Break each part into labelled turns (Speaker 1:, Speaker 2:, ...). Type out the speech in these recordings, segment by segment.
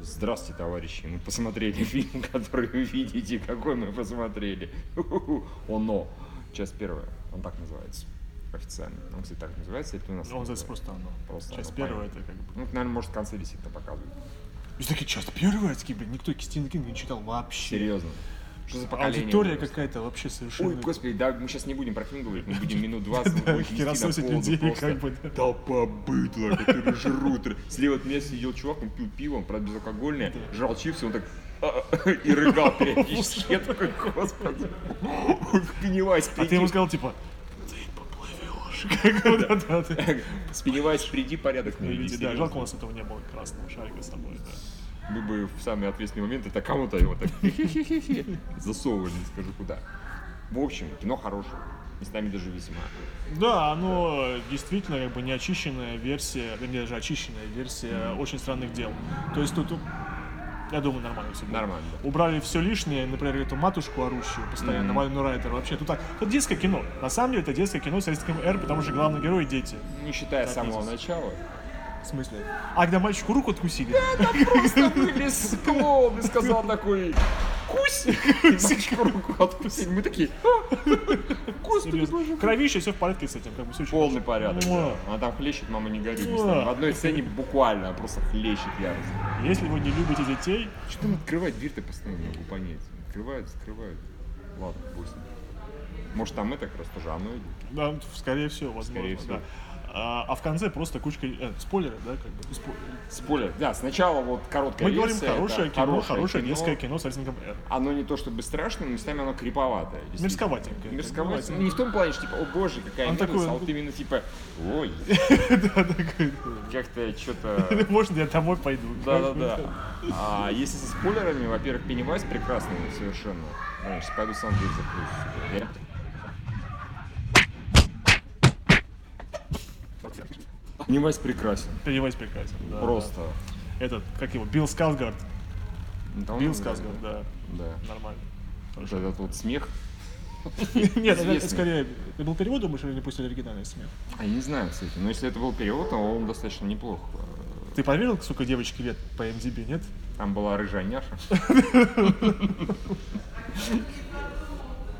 Speaker 1: Здравствуйте, товарищи. Мы посмотрели фильм, который вы видите. Какой мы посмотрели? Оно. Часть первая. Он так называется. Официально. Он, кстати, так называется. Это у нас...
Speaker 2: Ну, он здесь
Speaker 1: называется.
Speaker 2: просто оно.
Speaker 1: Просто
Speaker 2: Часть
Speaker 1: оно,
Speaker 2: первая
Speaker 1: понятно.
Speaker 2: это как бы.
Speaker 1: Ну, это, наверное, может, в конце висит, то показывают.
Speaker 2: И все такие, часть первая? Такие, блин, никто Стивен Кинг не читал вообще.
Speaker 1: Серьезно. Что за поколение?
Speaker 2: Аудитория
Speaker 1: было?
Speaker 2: какая-то вообще совершенно...
Speaker 1: Ой, господи, да, мы сейчас не будем про фильм говорить, мы будем минут 20
Speaker 2: Да, ну
Speaker 1: будет вести на
Speaker 2: херососить
Speaker 1: полную
Speaker 2: людей,
Speaker 1: просто.
Speaker 2: как бы, да. А
Speaker 1: Толпа быдла, которые жрут. Слева от меня сидел чувак, он пил пиво, правда, безалкогольное, жрал чипсы, он так «А-а-а» и рыгал периодически. Я такой, господи, Пеневайс,
Speaker 2: А ты
Speaker 1: приди.
Speaker 2: ему сказал, типа, ты поплывешь. Как бы, да, да, ты-
Speaker 1: Пеневайс, приди, порядок наведи.
Speaker 2: Люди, Ну, да, жалко, у
Speaker 1: серьезно.
Speaker 2: нас этого не было красного шарика с тобой, да.
Speaker 1: Мы бы в самый ответственный момент это кому-то его так засовывали, не скажу куда. В общем, кино хорошее, местами даже весьма.
Speaker 2: Да, оно действительно как бы неочищенная версия, вернее даже очищенная версия очень странных дел. То есть тут, я думаю, нормально все будет.
Speaker 1: Нормально, да.
Speaker 2: Убрали все лишнее, например, эту матушку орущую постоянно,
Speaker 1: Мгм.
Speaker 2: Вальну Райтер. Вообще, тут так, тут детское кино. На самом деле это детское кино с рейтингом R, потому что главный герой дети.
Speaker 1: Не считая
Speaker 2: Так,
Speaker 1: самого
Speaker 2: Jesus.
Speaker 1: начала.
Speaker 2: В смысле? А когда мальчику руку откусили?
Speaker 1: Просто вылез клоун и сказал такой, кусь, и мальчику руку откусили. Мы такие, «А, кусь, ты
Speaker 2: Серьезно.
Speaker 1: предложил».
Speaker 2: Кровище, все в порядке с этим, как бы все
Speaker 1: Полный порядок. да.
Speaker 2: Муа.
Speaker 1: Она там хлещет, мама не горюй.
Speaker 2: Муа.
Speaker 1: В одной сцене буквально она просто хлещет яростно.
Speaker 2: Если вы не любите детей,
Speaker 1: Что там открывать дверь-то постоянно, не могу понять. Открывают, закрывают. Ладно, пусть. Может там это как раз тоже оно идет.
Speaker 2: Да, ну, скорее всего, возможно,
Speaker 1: Скорее всего.
Speaker 2: да. А, а в конце просто кучка э, спойлеры, да, как бы. спо-
Speaker 1: Спойлер. Да, сначала вот короткая
Speaker 2: Мы говорим
Speaker 1: версия, это
Speaker 2: хорошее кино, хорошее
Speaker 1: кино.
Speaker 2: детское кино с рейтингом R.
Speaker 1: Оно не то чтобы страшное, но местами оно криповатое. действительно.
Speaker 2: Мерзковатенькое.
Speaker 1: Мерзковатенькое. Ну, не в том плане, что типа, о боже, какая
Speaker 2: Он
Speaker 1: милость,
Speaker 2: такой,
Speaker 1: а
Speaker 2: он-
Speaker 1: вот именно типа, ой, как-то что-то...
Speaker 2: Можно я домой пойду?
Speaker 1: Да-да-да. А если со спойлерами, во-первых, Пеннивайз прекрасный совершенно. Знаешь, сейчас пойду сам дверь закрою. Пеннивайз прекрасен.
Speaker 2: Перевайс прекрасен. да,
Speaker 1: Просто.
Speaker 2: да. Этот, как его, Билл Сказгард.
Speaker 1: Ну, там-
Speaker 2: Билл Сказгард, да.
Speaker 1: Да.
Speaker 2: Нормально.
Speaker 1: Вот этот вот смех.
Speaker 2: Нет, это- это
Speaker 1: Известный.
Speaker 2: скорее... Это был перевод, думаешь, или не пустили оригинальный смех?
Speaker 1: А я не знаю, кстати. Но если это был перевод, то он достаточно неплох.
Speaker 2: Ты поверил, сколько девочки лет по MDB, нет?
Speaker 1: Там была рыжая няша.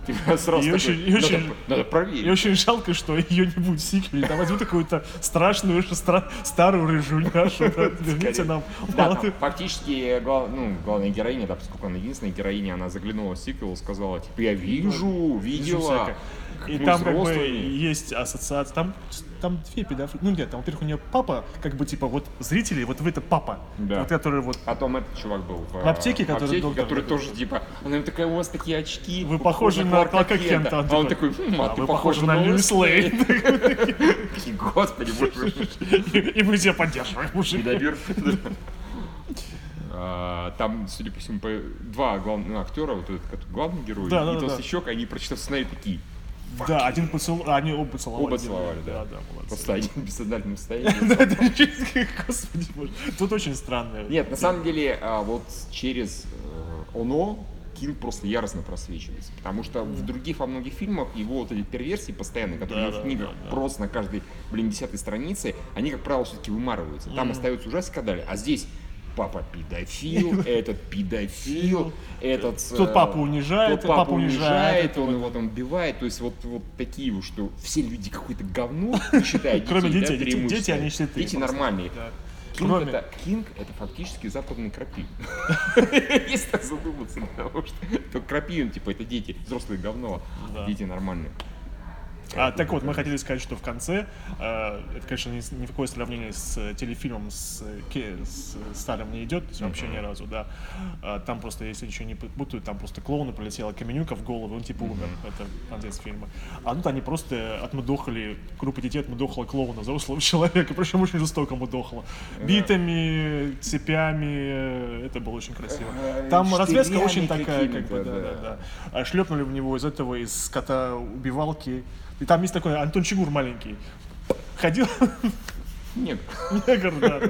Speaker 1: Ты сразу такой,
Speaker 2: И
Speaker 1: Ну,
Speaker 2: очень- и
Speaker 1: «Надо
Speaker 2: очень-
Speaker 1: п- Надо проверить.
Speaker 2: И очень жалко, что ее не будет в сиквеле. Там возьмут какую-то страшную, стра- старую рыжую няшу. да, Верните нам
Speaker 1: Да,
Speaker 2: молодых.
Speaker 1: там фактически глав- ну, главная героиня, да, поскольку она единственная героиня, она заглянула в сиквел, сказала, типа, я вижу,
Speaker 2: Ну, Вижу
Speaker 1: видела.
Speaker 2: всякое.
Speaker 1: как
Speaker 2: И
Speaker 1: мы
Speaker 2: там как бы
Speaker 1: взрослые».
Speaker 2: есть ассоциация, там, там две педофили, ну нет, там, во-первых, у нее папа, как бы типа вот зрители, вот вы это папа,
Speaker 1: Да.
Speaker 2: вот который вот
Speaker 1: Потом этот чувак был в,
Speaker 2: В аптеке,
Speaker 1: в
Speaker 2: который
Speaker 1: аптеке,
Speaker 2: доктор-
Speaker 1: который тоже типа, она им такая, у вас такие очки,
Speaker 2: вы похожи на
Speaker 1: Кларка
Speaker 2: Кларка Кента.
Speaker 1: А он такой, «М, а
Speaker 2: «А
Speaker 1: ты
Speaker 2: вы
Speaker 1: похожа
Speaker 2: похожи на Льюис Лейн.
Speaker 1: Такие, Господи, боже
Speaker 2: И мы тебя поддерживаем, мужик.
Speaker 1: недовер. А, Там, судя по всему, по- два главных актера, вот этот как главный герой
Speaker 2: Да, да,
Speaker 1: и
Speaker 2: да, да.
Speaker 1: толстячок, они прочитав сценарий такие,
Speaker 2: Да, один поцелуй, а, они оба целовали.
Speaker 1: Оба целовали, да.
Speaker 2: Да, да, молодцы.
Speaker 1: просто один в бессознательном состоянии.
Speaker 2: Да, это честно, Господи боже, тут очень странно.
Speaker 1: Нет, на самом деле, а, вот через э, оно Кинг просто яростно просвечивается. Потому что в других, во многих фильмах его вот эти перверсии постоянные, которые
Speaker 2: Да,
Speaker 1: в
Speaker 2: да,
Speaker 1: книгах
Speaker 2: да, да.
Speaker 1: просто на каждой, блин, десятой странице, они, как правило, все-таки вымарываются. Там остается ужас и так далее. А здесь папа педофил, этот педофил, этот... э,
Speaker 2: Тот папа унижает, э,
Speaker 1: тот папа
Speaker 2: папа унижает,
Speaker 1: унижает, он его там убивает. То есть вот, вот такие вот, что все люди какое-то говно, не считая детей, да,
Speaker 2: Кроме детей. Дети- дети,
Speaker 1: преимущественно.
Speaker 2: они святые
Speaker 1: Дети
Speaker 2: просто.
Speaker 1: нормальные.
Speaker 2: Да.
Speaker 1: Кинг
Speaker 2: Кроме-
Speaker 1: это, Кинг это фактически западный крапив. Если так задуматься, потому что то крапивин, типа, это дети, взрослые говно, а
Speaker 2: Да.
Speaker 1: дети нормальные.
Speaker 2: А, так вот, мы хотели сказать, что в конце, э, это, конечно, ни, с- ни в какое сравнение с э, телефильмом с, э, Ке- с, э, старым не идет, то есть вообще ни разу, да. А, там просто, если еще не путают, там просто клоуну прилетела Каменюка в голову, он типа умер. Это конец фильма. А тут они просто отмудохали, группа детей отмудохала клоуна, взрослого человека, причем очень жестоко мудохала. Битами, цепями, э, это было очень красиво.
Speaker 1: Э,
Speaker 2: Там развязка
Speaker 1: штырями
Speaker 2: очень такая, как
Speaker 1: какими-то, да.
Speaker 2: бы, да, да, да. А Шлепнули в него из этого, из кота убивалки. И там есть такой Антон Чигур маленький. Ходил
Speaker 1: Нет.
Speaker 2: негр, да,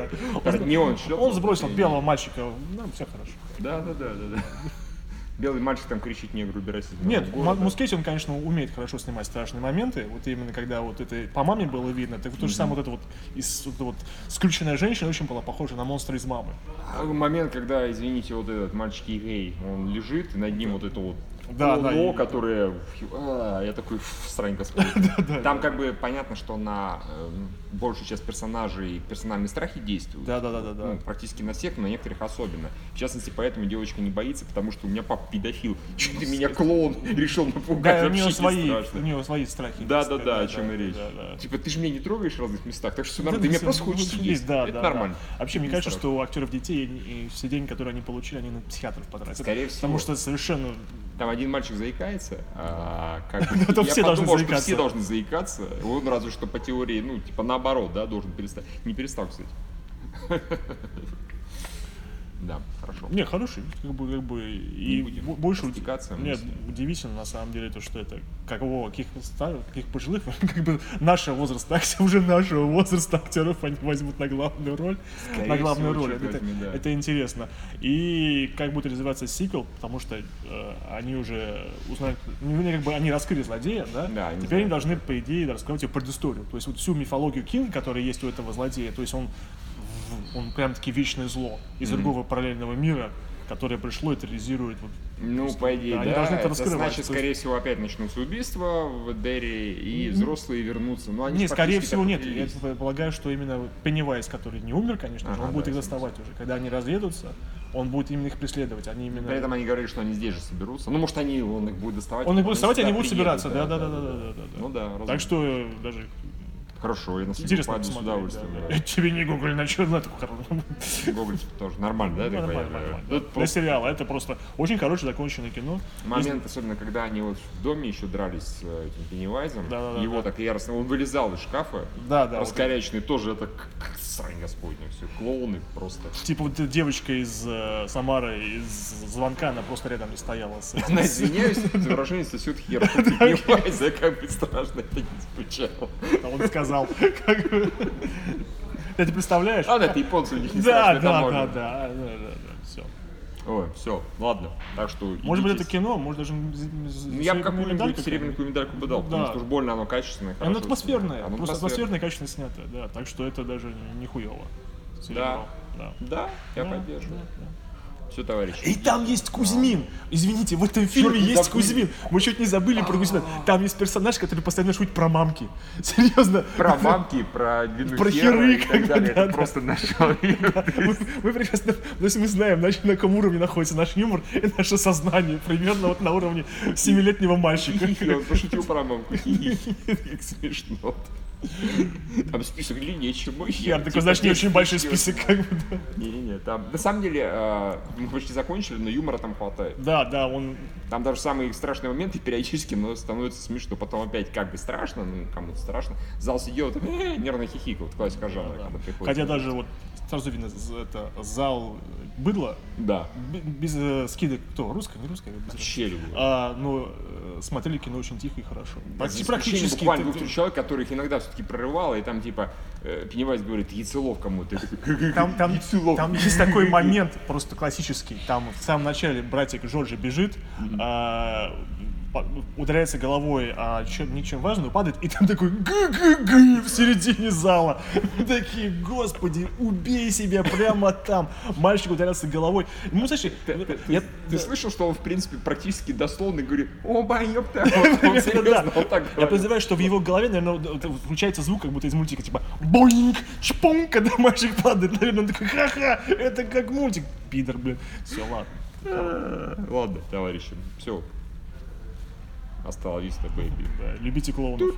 Speaker 2: да.
Speaker 1: Не он шлепнул,
Speaker 2: Он сбросил
Speaker 1: это не-
Speaker 2: белого мальчика. Ну, все хорошо.
Speaker 1: Да, да, да, да, да. Белый мальчик там кричит негру, убирайся. из моего
Speaker 2: Нет,
Speaker 1: города».
Speaker 2: Мускетти, он, конечно, умеет хорошо снимать страшные моменты. Вот именно когда вот это по маме было видно, так вот то же самое вот это вот, из, вот, эта вот скрюченная женщина очень была похожа на монстра из мамы.
Speaker 1: А Момент, когда, извините, вот этот мальчик Игей, он лежит, и над ним вот это вот
Speaker 2: Да, да,
Speaker 1: полотно,
Speaker 2: и-
Speaker 1: которое... фью, а, я такой «Ф, странненько смотрю. Там как бы понятно, что на эм, большую часть персонажей персональные страхи действуют.
Speaker 2: Да, да, да, да,
Speaker 1: Ну,
Speaker 2: да.
Speaker 1: практически на всех, но на некоторых особенно. В частности, поэтому девочка не боится, потому что у меня папа педофил. Чё ты меня клоун решил напугать?
Speaker 2: Да, у
Speaker 1: Вообще
Speaker 2: нее
Speaker 1: не
Speaker 2: свои,
Speaker 1: страшно.
Speaker 2: у нее свои страхи.
Speaker 1: Да, да,
Speaker 2: так сказать,
Speaker 1: да, о чем и речь.
Speaker 2: да, да.
Speaker 1: Типа, ты же меня не трогаешь в разных местах, так что все
Speaker 2: Да,
Speaker 1: нормально, ты
Speaker 2: да,
Speaker 1: меня
Speaker 2: всё,
Speaker 1: просто
Speaker 2: ну,
Speaker 1: хочешь
Speaker 2: вот
Speaker 1: съесть.
Speaker 2: Да,
Speaker 1: Это
Speaker 2: да, да.
Speaker 1: нормально.
Speaker 2: Вообще, мне
Speaker 1: Не
Speaker 2: кажется,
Speaker 1: страшно.
Speaker 2: что у актеров детей и все деньги, которые они получили, они на психиатров потратили.
Speaker 1: Скорее
Speaker 2: Потому
Speaker 1: всего.
Speaker 2: что совершенно
Speaker 1: Там один мальчик заикается, а, как бы,
Speaker 2: Ну, то
Speaker 1: я
Speaker 2: все должны
Speaker 1: подумал, что
Speaker 2: заикаться.
Speaker 1: все должны заикаться. Он разве что по теории, ну, типа наоборот, да, должен перестать. Не перестал, кстати. Да, хорошо.
Speaker 2: Не, хороший, как бы, как бы и
Speaker 1: Не будем
Speaker 2: бо- больше уди-
Speaker 1: растекаться
Speaker 2: Нет,
Speaker 1: мыслью.
Speaker 2: удивительно на самом деле то, что это какого каких старых, каких пожилых, как бы нашего возраста, акте- уже нашего возраста актеров они возьмут на главную роль,
Speaker 1: Скорее
Speaker 2: на главную
Speaker 1: всего,
Speaker 2: роль.
Speaker 1: черт
Speaker 2: Это,
Speaker 1: возьми, да.
Speaker 2: это интересно. И как будет развиваться сиквел, потому что э, они уже узнают, ну, вернее, как бы они раскрыли злодея, да?
Speaker 1: Да, они
Speaker 2: Теперь они
Speaker 1: знают.
Speaker 2: должны по идее раскрывать его предысторию, то есть вот всю мифологию Кинга, которая есть у этого злодея, то есть он в- он прям таки вечное зло из другого параллельного мира, которое пришло и терроризирует. вот.
Speaker 1: Ну,
Speaker 2: Просто-
Speaker 1: по идее,
Speaker 2: да,
Speaker 1: да.
Speaker 2: они должны это
Speaker 1: это
Speaker 2: раскрывать, то
Speaker 1: значит,
Speaker 2: есть-
Speaker 1: скорее всего, опять начнутся убийства в Дерри, и взрослые вернутся. Ну, они
Speaker 2: Не,
Speaker 1: ж
Speaker 2: скорее
Speaker 1: практически
Speaker 2: всего,
Speaker 1: так
Speaker 2: нет.
Speaker 1: и
Speaker 2: Я
Speaker 1: есть.
Speaker 2: полагаю, что именно Пеннивайз, который не умер, конечно же,
Speaker 1: Ага,
Speaker 2: он будет
Speaker 1: да,
Speaker 2: их
Speaker 1: я
Speaker 2: доставать уже. Когда они разъедутся, он будет именно их преследовать. Они именно.
Speaker 1: При этом они говорили, что они здесь же соберутся. Ну, может, они, он их будет доставать.
Speaker 2: Он
Speaker 1: потом
Speaker 2: их будет доставать,
Speaker 1: сюда
Speaker 2: они будут
Speaker 1: приедут,
Speaker 2: собираться. Да, да, да, да, да, да. да.
Speaker 1: Ну да, разумно.
Speaker 2: Так что э, даже
Speaker 1: Хорошо, я на себя
Speaker 2: интересно
Speaker 1: пойду с
Speaker 2: посмотреть,
Speaker 1: удовольствием.
Speaker 2: да,
Speaker 1: да.
Speaker 2: да. Тебе не Google, на чёрт, на эту корону.
Speaker 1: Гоблинс тоже нормально, да? я так
Speaker 2: Нормально,
Speaker 1: понимаю?
Speaker 2: нормально,
Speaker 1: Ну,
Speaker 2: да.
Speaker 1: это
Speaker 2: Для
Speaker 1: просто
Speaker 2: сериала это просто очень хорошее законченное кино.
Speaker 1: момент, особенно когда они вот в доме еще дрались с э, этим Пеннивайзом,
Speaker 2: Да-да-да,
Speaker 1: его
Speaker 2: да.
Speaker 1: так яростно, он вылезал из шкафа,
Speaker 2: Да, да. вот
Speaker 1: раскоряченный тоже, это как как срань господня, все, клоуны просто.
Speaker 2: Типа вот эта девочка из э, Самары, из звонка, она просто рядом не стояла. с этим.
Speaker 1: Она, извиняюсь, это выражение сосет хер у Пеннивайза, как бы страшно это не звучало.
Speaker 2: А Он сказал, как бы... Ты это представляешь?
Speaker 1: Ладно, это японцы, у них А, не
Speaker 2: Да,
Speaker 1: страшно,
Speaker 2: да,
Speaker 1: это
Speaker 2: да, да,
Speaker 1: можно.
Speaker 2: да, все.
Speaker 1: Ой, все, ладно, так что
Speaker 2: Может быть, это
Speaker 1: идите.
Speaker 2: кино, может даже...
Speaker 1: Ну, я
Speaker 2: м-
Speaker 1: бы
Speaker 2: серебряную медаль
Speaker 1: какую-нибудь
Speaker 2: какую-нибудь.
Speaker 1: серебряную медальку бы дал,
Speaker 2: Ну,
Speaker 1: потому
Speaker 2: да.
Speaker 1: что уж больно оно качественное,
Speaker 2: Оно
Speaker 1: хорошо
Speaker 2: атмосферное,
Speaker 1: снято. Оно
Speaker 2: просто
Speaker 1: атмосферное.
Speaker 2: атмосферное, качественно снято, да. Так что это даже не- нихуево. Серебро, да.
Speaker 1: Да, я
Speaker 2: Да,
Speaker 1: поддерживаю.
Speaker 2: да, да.
Speaker 1: Все, товарищи.
Speaker 2: И там есть Кузьмин. Извините, в этом фильме
Speaker 1: не
Speaker 2: есть
Speaker 1: забыли.
Speaker 2: Кузьмин. Мы чуть не забыли про Кузьмина. Там есть персонаж, который постоянно шутит про мамки. Серьезно.
Speaker 1: Про мамки, про длину
Speaker 2: Про
Speaker 1: хера
Speaker 2: херы,
Speaker 1: и
Speaker 2: как
Speaker 1: так
Speaker 2: бы,
Speaker 1: далее. Это
Speaker 2: да,
Speaker 1: просто начало.
Speaker 2: Мы, мы прекрасно, то есть мы знаем, на, на каком уровне находится наш юмор и наше сознание. Примерно вот на уровне семилетнего мальчика.
Speaker 1: Хи-хи, Он пошутил про мамку. Хи-хи. Как смешно. Там список длиннее, чем мой
Speaker 2: Я такой, знаешь, не очень большой список. Как бы, да.
Speaker 1: Не-не-не, там... На самом деле, э, мы почти закончили, но юмора там хватает.
Speaker 2: да, да, он...
Speaker 1: Там даже самые страшные моменты периодически но становится смешно. Потом опять как бы страшно, ну, кому-то страшно. Зал сидел, там, «Э-э», нервно хихикал. Вот классика жанра,
Speaker 2: да.
Speaker 1: когда приходит.
Speaker 2: Хотя даже вот сразу видно, з- это зал быдла,
Speaker 1: Да.
Speaker 2: б- без э, скидок, кто, русская, не русская? без разницы.
Speaker 1: Щель была.
Speaker 2: А, ну, э, смотрели кино очень тихо и хорошо. Практи-
Speaker 1: За исключением
Speaker 2: практически.
Speaker 1: буквально
Speaker 2: ты-
Speaker 1: двух-трех человек, которых иногда все-таки прорывало, и там типа э, Пеннивайз говорит яйцелов кому-то. Я такой,
Speaker 2: Там, там,
Speaker 1: «Яйцелов».
Speaker 2: там есть такой момент просто классический. Там в самом начале братик Жоржи бежит, а, по- ударяется головой, а чем, ничем важным падает, и там такой гы-гы-гы в середине зала. Мы Такие, господи, убей себя прямо там. Мальчик ударялся головой. Ну, знаешь, я-
Speaker 1: Ты слышал, что он, в принципе, практически дословно говорит «Оба, ёпта!» Вот Он серьезно, он так
Speaker 2: Я
Speaker 1: говорит.
Speaker 2: подозреваю, что в его голове, наверное, включается звук, как будто из мультика, типа «Боинг! Шпонг!» Когда мальчик падает, наверное, он такой «Ха-ха! Это как мультик!» Пидор, блин. Все, ладно.
Speaker 1: Э, Ладно, товарищи, все. Осталось бэйби.
Speaker 2: Да, любите клоунов.